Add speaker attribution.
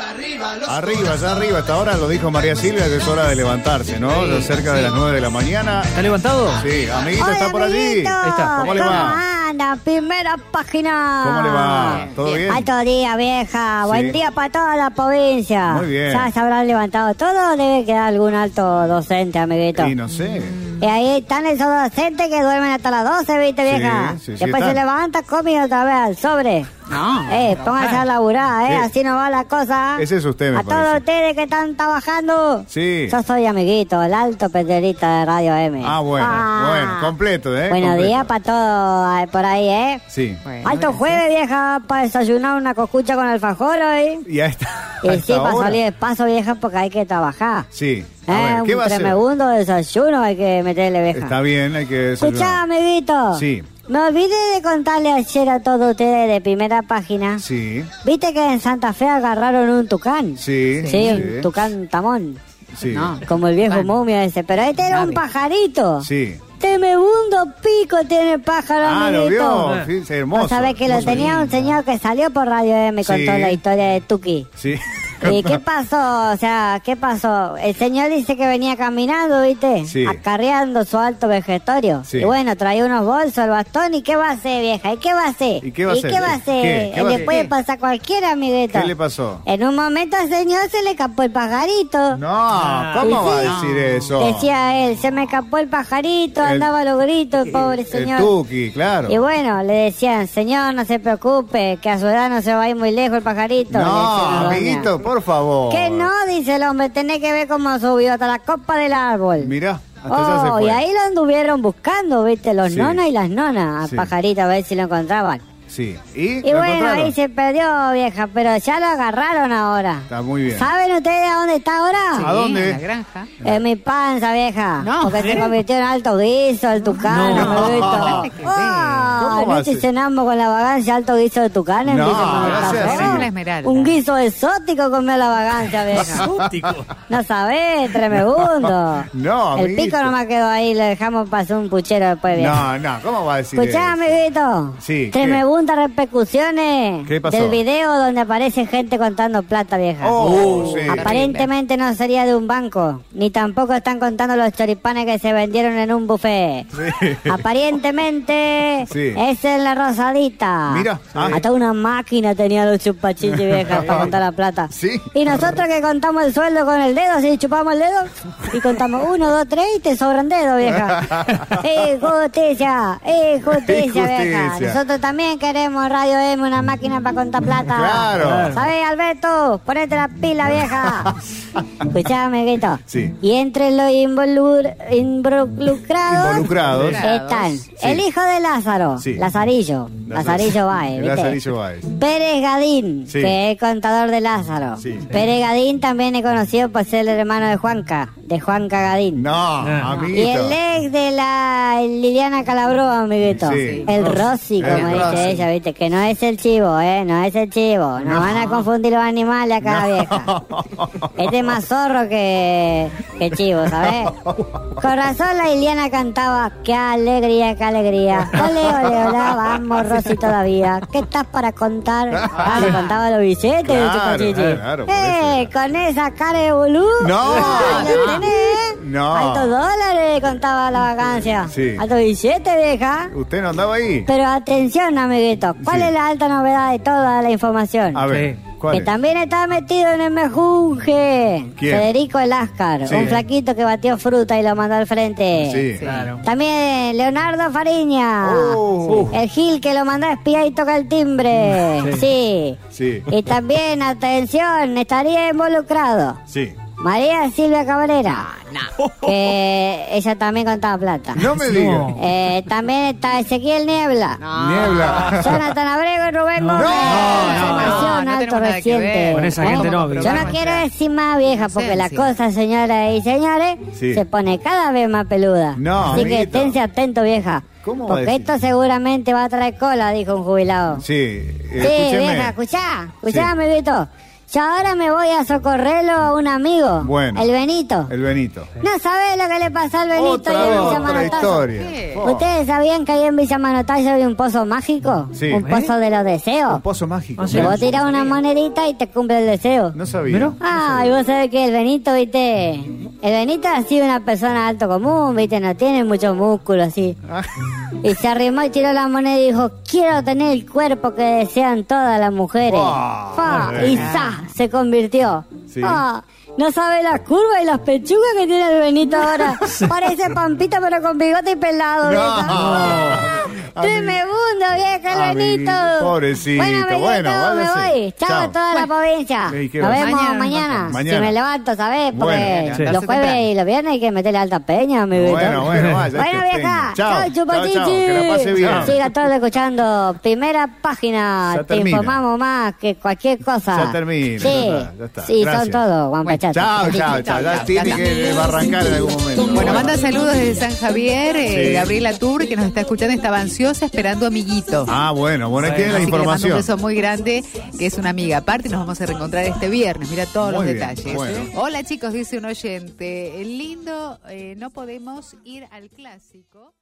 Speaker 1: Arriba, ya arriba, hasta ahora lo dijo María Silvia que es hora de levantarse, ¿no? Ya cerca de las 9 de la mañana.
Speaker 2: ¿Está levantado?
Speaker 1: Sí, amiguito
Speaker 3: Hola,
Speaker 1: está por allí.
Speaker 3: amiguito.
Speaker 2: Ahí está.
Speaker 1: ¿Cómo le va?
Speaker 3: anda? Primera página.
Speaker 1: ¿Cómo le va? ¿Todo bien?
Speaker 3: Alto día, vieja.
Speaker 1: Sí.
Speaker 3: Buen día para toda la provincia.
Speaker 1: Muy bien.
Speaker 3: Ya se habrán levantado todo. Debe quedar algún alto Mm. docente, amiguito.
Speaker 1: Y no sé.
Speaker 3: Y ahí están esos docentes que duermen hasta las 12, ¿viste,
Speaker 1: Sí,
Speaker 3: vieja?
Speaker 1: sí, sí,
Speaker 3: Después se
Speaker 1: están.
Speaker 3: levanta, come y otra vez al sobre.
Speaker 2: No.
Speaker 3: Eh, pónganse a laburar, eh,
Speaker 1: Sí.
Speaker 3: así no va la cosa.
Speaker 1: Ese es usted, me
Speaker 3: A todos
Speaker 1: parece.
Speaker 3: ustedes que están trabajando.
Speaker 1: Sí.
Speaker 3: Yo soy amiguito, el alto pederita de Radio M.
Speaker 1: Ah, bueno,
Speaker 3: Ah.
Speaker 1: bueno, completo, ¿eh?
Speaker 3: Buenos
Speaker 1: Completo.
Speaker 3: días para todos eh, por ahí, ¿eh?
Speaker 1: Sí.
Speaker 2: Bueno,
Speaker 3: Alto
Speaker 2: gracias.
Speaker 3: jueves, vieja, para desayunar una cocucha con alfajor hoy.
Speaker 1: Y a esta, a
Speaker 3: Y sí,
Speaker 1: esta
Speaker 3: para
Speaker 1: hora.
Speaker 3: salir de paso, vieja, porque hay que trabajar.
Speaker 1: Sí. A
Speaker 3: Eh,
Speaker 1: ver, ¿qué va
Speaker 3: un
Speaker 1: a hacer?
Speaker 3: tremebundo desayuno hay que meterle, vieja.
Speaker 1: Está bien, hay que
Speaker 3: Escuchá,
Speaker 1: desayunar.
Speaker 3: amiguito.
Speaker 1: Sí.
Speaker 3: Me olvidé de contarle ayer a todos ustedes de primera página.
Speaker 1: Sí,
Speaker 3: ¿Viste que en Santa Fe agarraron un tucán?
Speaker 1: sí,
Speaker 3: Sí,
Speaker 1: sí,
Speaker 3: un tucán tamón.
Speaker 1: sí,
Speaker 2: No.
Speaker 3: Como el viejo
Speaker 2: Bueno.
Speaker 3: momia ese. Pero este era un
Speaker 2: Sabe.
Speaker 3: pajarito.
Speaker 1: sí.
Speaker 3: Tremebundo pico tiene el pájaro,
Speaker 1: Ah, lo
Speaker 3: amiguito.
Speaker 1: vio, sí, es hermoso.
Speaker 3: Vos sabés que lo
Speaker 1: hermoso.
Speaker 3: tenía un señor que salió por Radio M y
Speaker 1: Sí.
Speaker 3: contó la historia de Tuki.
Speaker 1: Sí.
Speaker 3: ¿Y qué pasó? O sea, ¿qué pasó? El señor dice que venía caminando, ¿viste?
Speaker 1: Sí.
Speaker 3: Acarreando su alto vegetorio.
Speaker 1: Sí.
Speaker 3: Y bueno, traía unos bolsos, el bastón. ¿Y qué va a hacer, vieja? ¿Y qué va a hacer?
Speaker 1: ¿Y qué va a hacer? ¿Qué? ¿Qué
Speaker 3: Y
Speaker 1: va a
Speaker 3: le
Speaker 1: hacer?
Speaker 3: puede pasar a cualquier amiguito.
Speaker 1: ¿Qué le pasó?
Speaker 3: En un momento al señor se le escapó el pajarito.
Speaker 1: No, ¿cómo
Speaker 3: y
Speaker 1: va
Speaker 3: sí.
Speaker 1: a decir eso?
Speaker 3: Decía él, se me escapó el pajarito,
Speaker 1: El-
Speaker 3: andaba a los gritos, el pobre
Speaker 1: El
Speaker 3: señor.
Speaker 1: Tuki, claro.
Speaker 3: Y bueno, le decían, señor, no se preocupe, que a su edad no se va a ir muy lejos el
Speaker 1: No,
Speaker 3: pajarito. le decía la doña.
Speaker 1: amiguito, por favor.
Speaker 3: Que no, dice el hombre, tenés que ver cómo subió hasta la copa del árbol.
Speaker 1: Mirá, hasta allá se
Speaker 3: Oh,
Speaker 1: fue.
Speaker 3: y ahí lo anduvieron buscando, viste, los
Speaker 1: Sí.
Speaker 3: nonos y las nonas, al
Speaker 1: Sí.
Speaker 3: pajarito, a ver si lo encontraban.
Speaker 1: Sí. ¿Y,
Speaker 3: Y
Speaker 1: ¿Lo
Speaker 3: bueno,
Speaker 1: encontraron?
Speaker 3: ahí se perdió, vieja, pero ya lo agarraron ahora.
Speaker 1: Está muy bien.
Speaker 3: ¿Saben ustedes a dónde está ahora?
Speaker 1: ¿A dónde?
Speaker 2: En la granja.
Speaker 3: En mi panza, vieja.
Speaker 2: No,
Speaker 3: porque se
Speaker 2: ¿eh?
Speaker 3: convirtió en alto guiso, el tucán,
Speaker 2: No.
Speaker 3: amiguito.
Speaker 2: Qué
Speaker 3: Ah,
Speaker 1: ¿Cómo va a
Speaker 3: anoche
Speaker 1: ser?
Speaker 3: cenamos con la vagancia alto guiso de tucán. en
Speaker 1: No,
Speaker 3: Villa Manuel
Speaker 1: no sea
Speaker 3: Café.
Speaker 1: así.
Speaker 2: La esmeralda.
Speaker 3: Un guiso exótico comió la vagancia, vieja.
Speaker 4: Exótico.
Speaker 3: no sabés, tremebundo.
Speaker 1: No,
Speaker 3: El
Speaker 1: amiguito.
Speaker 3: pico nomás quedó ahí, le dejamos pasar un puchero después, vieja.
Speaker 1: No, no, ¿cómo va a decir
Speaker 3: Escuchá,
Speaker 1: eso?
Speaker 3: amiguito.
Speaker 1: Sí,
Speaker 3: Tremebundas repercusiones
Speaker 1: ¿Qué pasó?
Speaker 3: del video donde aparece gente contando plata, vieja.
Speaker 1: Oh, sí.
Speaker 3: Aparentemente no sería de un banco, ni tampoco están contando los choripanes que se vendieron en un buffet.
Speaker 1: Sí.
Speaker 3: Aparentemente
Speaker 1: Sí.
Speaker 3: es en la Rosadita. Ah.
Speaker 1: Mira, sí. Ah.
Speaker 3: hasta una máquina tenía los chupachiches viejas para contar la plata.
Speaker 1: Sí.
Speaker 3: Y nosotros que contamos el sueldo con el dedo, si chupamos el dedo y contamos uno, dos, tres y te sobran dedos, vieja. ¡Eh, justicia! ¡Eh, justicia, vieja!
Speaker 1: Injusticia.
Speaker 3: Nosotros también queremos Radio M, una máquina para contar plata.
Speaker 1: Claro.
Speaker 3: ¿Sabes, Alberto? Ponete la pila, vieja. Escuchame, grito.
Speaker 1: Sí.
Speaker 3: Y entre los involu- involucrados
Speaker 1: Involucrados.
Speaker 3: están
Speaker 2: Sí.
Speaker 3: el hijo de Lázaro,
Speaker 1: Sí.
Speaker 3: Lazarillo, Lazarillo Baez, ¿viste?
Speaker 1: Lazarillo Baez.
Speaker 3: Pérez Gadín,
Speaker 1: Sí.
Speaker 3: que es contador de Lázaro.
Speaker 1: Sí.
Speaker 3: Pérez Gadín también es conocido por ser el hermano de Juanca, de Juanca Gadín.
Speaker 1: No,
Speaker 3: Y el
Speaker 1: amiguito.
Speaker 3: ex de la Liliana Calabroa, amiguito.
Speaker 1: Sí.
Speaker 3: El Rossi,
Speaker 1: El
Speaker 3: como dice
Speaker 1: Rossi.
Speaker 3: ella, ¿viste? Que no es el chivo, ¿eh? No es el chivo. No,
Speaker 1: No.
Speaker 3: van a confundir los animales acá, vieja. Este es más zorro que, que chivo, ¿sabes? Con razón la Liliana cantaba, qué alegría, qué alegría. Ole, ole, ole, vamos, Rosy, "Ah, todavía. ¿Qué estás para contar? Ah, le contaba los billetes de
Speaker 1: Claro,
Speaker 3: Chupachichi.
Speaker 1: claro, por
Speaker 3: eh,
Speaker 1: eso
Speaker 3: con esa cara de boludo.
Speaker 1: No.
Speaker 3: Ay, ¿la tenés, eh?
Speaker 1: No.
Speaker 3: Altos dólares, contaba la vacancia.
Speaker 1: Sí.
Speaker 3: Altos billetes, vieja.
Speaker 1: Usted no andaba ahí.
Speaker 3: Pero atención, amiguito, ¿cuál
Speaker 1: Sí.
Speaker 3: es la alta novedad de toda la información?
Speaker 1: A ver,
Speaker 4: Sí.
Speaker 1: ¿cuál
Speaker 3: que
Speaker 1: es?
Speaker 3: también está metido en el mejunje.
Speaker 1: ¿Quién?
Speaker 3: Federico El Ascar,
Speaker 1: Sí.
Speaker 3: un flaquito que batió fruta y lo mandó al frente.
Speaker 1: Sí.
Speaker 4: Claro.
Speaker 3: También Leonardo Fariña.
Speaker 1: Oh.
Speaker 3: El Gil que lo mandó a espiar y toca el timbre. Sí.
Speaker 1: Sí.
Speaker 3: Y también, atención, estaría involucrado.
Speaker 1: Sí.
Speaker 3: María Silvia Cabrera. Que ella también contaba plata.
Speaker 1: No me diga.
Speaker 3: Eh, también está Ezequiel Niebla.
Speaker 1: Niebla.
Speaker 3: Jonathan Abrego y Rubén
Speaker 1: No,
Speaker 3: Gómez.
Speaker 1: no,
Speaker 3: Información
Speaker 2: no, no
Speaker 3: alto
Speaker 2: tenemos nada que
Speaker 3: reciente.
Speaker 2: ver. Con
Speaker 4: esa gente no,
Speaker 3: Yo no quiero decir más vieja, porque la
Speaker 2: Inocencia.
Speaker 3: cosa, señoras y señores,
Speaker 1: Sí.
Speaker 3: se pone cada vez más peluda.
Speaker 1: No,
Speaker 3: Así que
Speaker 1: amiguito.
Speaker 3: esténse atentos, vieja.
Speaker 1: ¿Cómo va a
Speaker 3: porque
Speaker 1: decir?
Speaker 3: esto seguramente va a traer cola, dijo un jubilado.
Speaker 1: Sí, eh,
Speaker 3: Sí,
Speaker 1: escúcheme.
Speaker 3: vieja, escuchá, escuchá,
Speaker 1: Sí.
Speaker 3: amiguito. Yo ahora me voy a socorrerlo a un amigo.
Speaker 1: Bueno.
Speaker 3: El Benito.
Speaker 1: El Benito.
Speaker 3: No sabe lo que le pasó al Benito
Speaker 1: Otra
Speaker 3: ahí
Speaker 1: vez,
Speaker 3: en Villa
Speaker 1: otra
Speaker 3: Manotazo.
Speaker 1: historia.
Speaker 2: ¿Qué?
Speaker 1: Oh,
Speaker 3: ¿Ustedes sabían que ahí en Villa Manotazo hay un pozo mágico?
Speaker 1: Sí.
Speaker 3: Un
Speaker 1: ¿Eh?
Speaker 3: pozo de los deseos.
Speaker 1: Un pozo mágico.
Speaker 2: Ah, sí.
Speaker 3: Que vos tirás una monedita y te cumple el deseo.
Speaker 1: No sabía.
Speaker 2: Pero-
Speaker 3: Ah, y vos sabés que el Benito, viste. El Benito ha sido una persona de alto común, viste, no tiene mucho músculo así.
Speaker 1: Ah,
Speaker 3: Y se arrimó y tiró la moneda y dijo: Quiero tener el cuerpo que desean todas las mujeres.
Speaker 1: Wow,
Speaker 3: Fa,
Speaker 1: muy bien.
Speaker 3: y ¡za! se convirtió.
Speaker 1: Sí.
Speaker 3: Ah, no sabe las curvas y las pechugas que tiene el Benito ahora. Parece Pampita, pero con bigote y pelado.
Speaker 1: No.
Speaker 3: vieja. Ah,
Speaker 1: Ami-
Speaker 3: Tremendo, vieja, el
Speaker 1: Amiguito,
Speaker 3: Benito.
Speaker 1: pobrecito.
Speaker 3: Bueno, amiguito,
Speaker 1: Bueno,
Speaker 3: me
Speaker 1: váyase.
Speaker 3: voy. Chao,
Speaker 1: Chao.
Speaker 3: a toda la provincia. Nos
Speaker 1: Ey, ¿qué va?
Speaker 3: vemos mañana.
Speaker 2: Mañana.
Speaker 1: Mañana.
Speaker 3: Si me levanto, ¿sabes? Porque
Speaker 1: Bueno,
Speaker 2: sí.
Speaker 3: los jueves y los viernes hay que meterle alta peña, mi Benito.
Speaker 1: Bueno, bueno, vaya.
Speaker 3: Bueno,
Speaker 1: este
Speaker 3: vieja.
Speaker 1: peña. Chao,
Speaker 3: Chao, chupachichi.
Speaker 1: chao, chao, Que la pase bien.
Speaker 3: Siga todos escuchando. Primera página.
Speaker 1: Ya
Speaker 3: Te
Speaker 1: termina.
Speaker 3: informamos más que cualquier cosa.
Speaker 1: Ya termina,
Speaker 3: Sí,
Speaker 1: ya está, ya está.
Speaker 3: sí
Speaker 1: Gracias.
Speaker 3: son todos. Juan Pachata.
Speaker 1: Chao, chao, chao. Ya tiene que arrancar en algún momento.
Speaker 2: Bueno, manda saludos desde San Javier, eh,
Speaker 1: Sí.
Speaker 2: Gabriela Tour, que nos está escuchando, estaba ansiosa esperando amiguito.
Speaker 1: Ah, bueno, bueno, ahí tiene la
Speaker 2: Así que le mando un
Speaker 1: información.
Speaker 2: beso muy grande, que es una amiga. Aparte, nos vamos a reencontrar este viernes. Mira todos
Speaker 1: Muy
Speaker 2: los
Speaker 1: bien,
Speaker 2: detalles.
Speaker 1: bueno.
Speaker 2: Hola, chicos, dice un oyente. Lindo, eh, no podemos ir al clásico.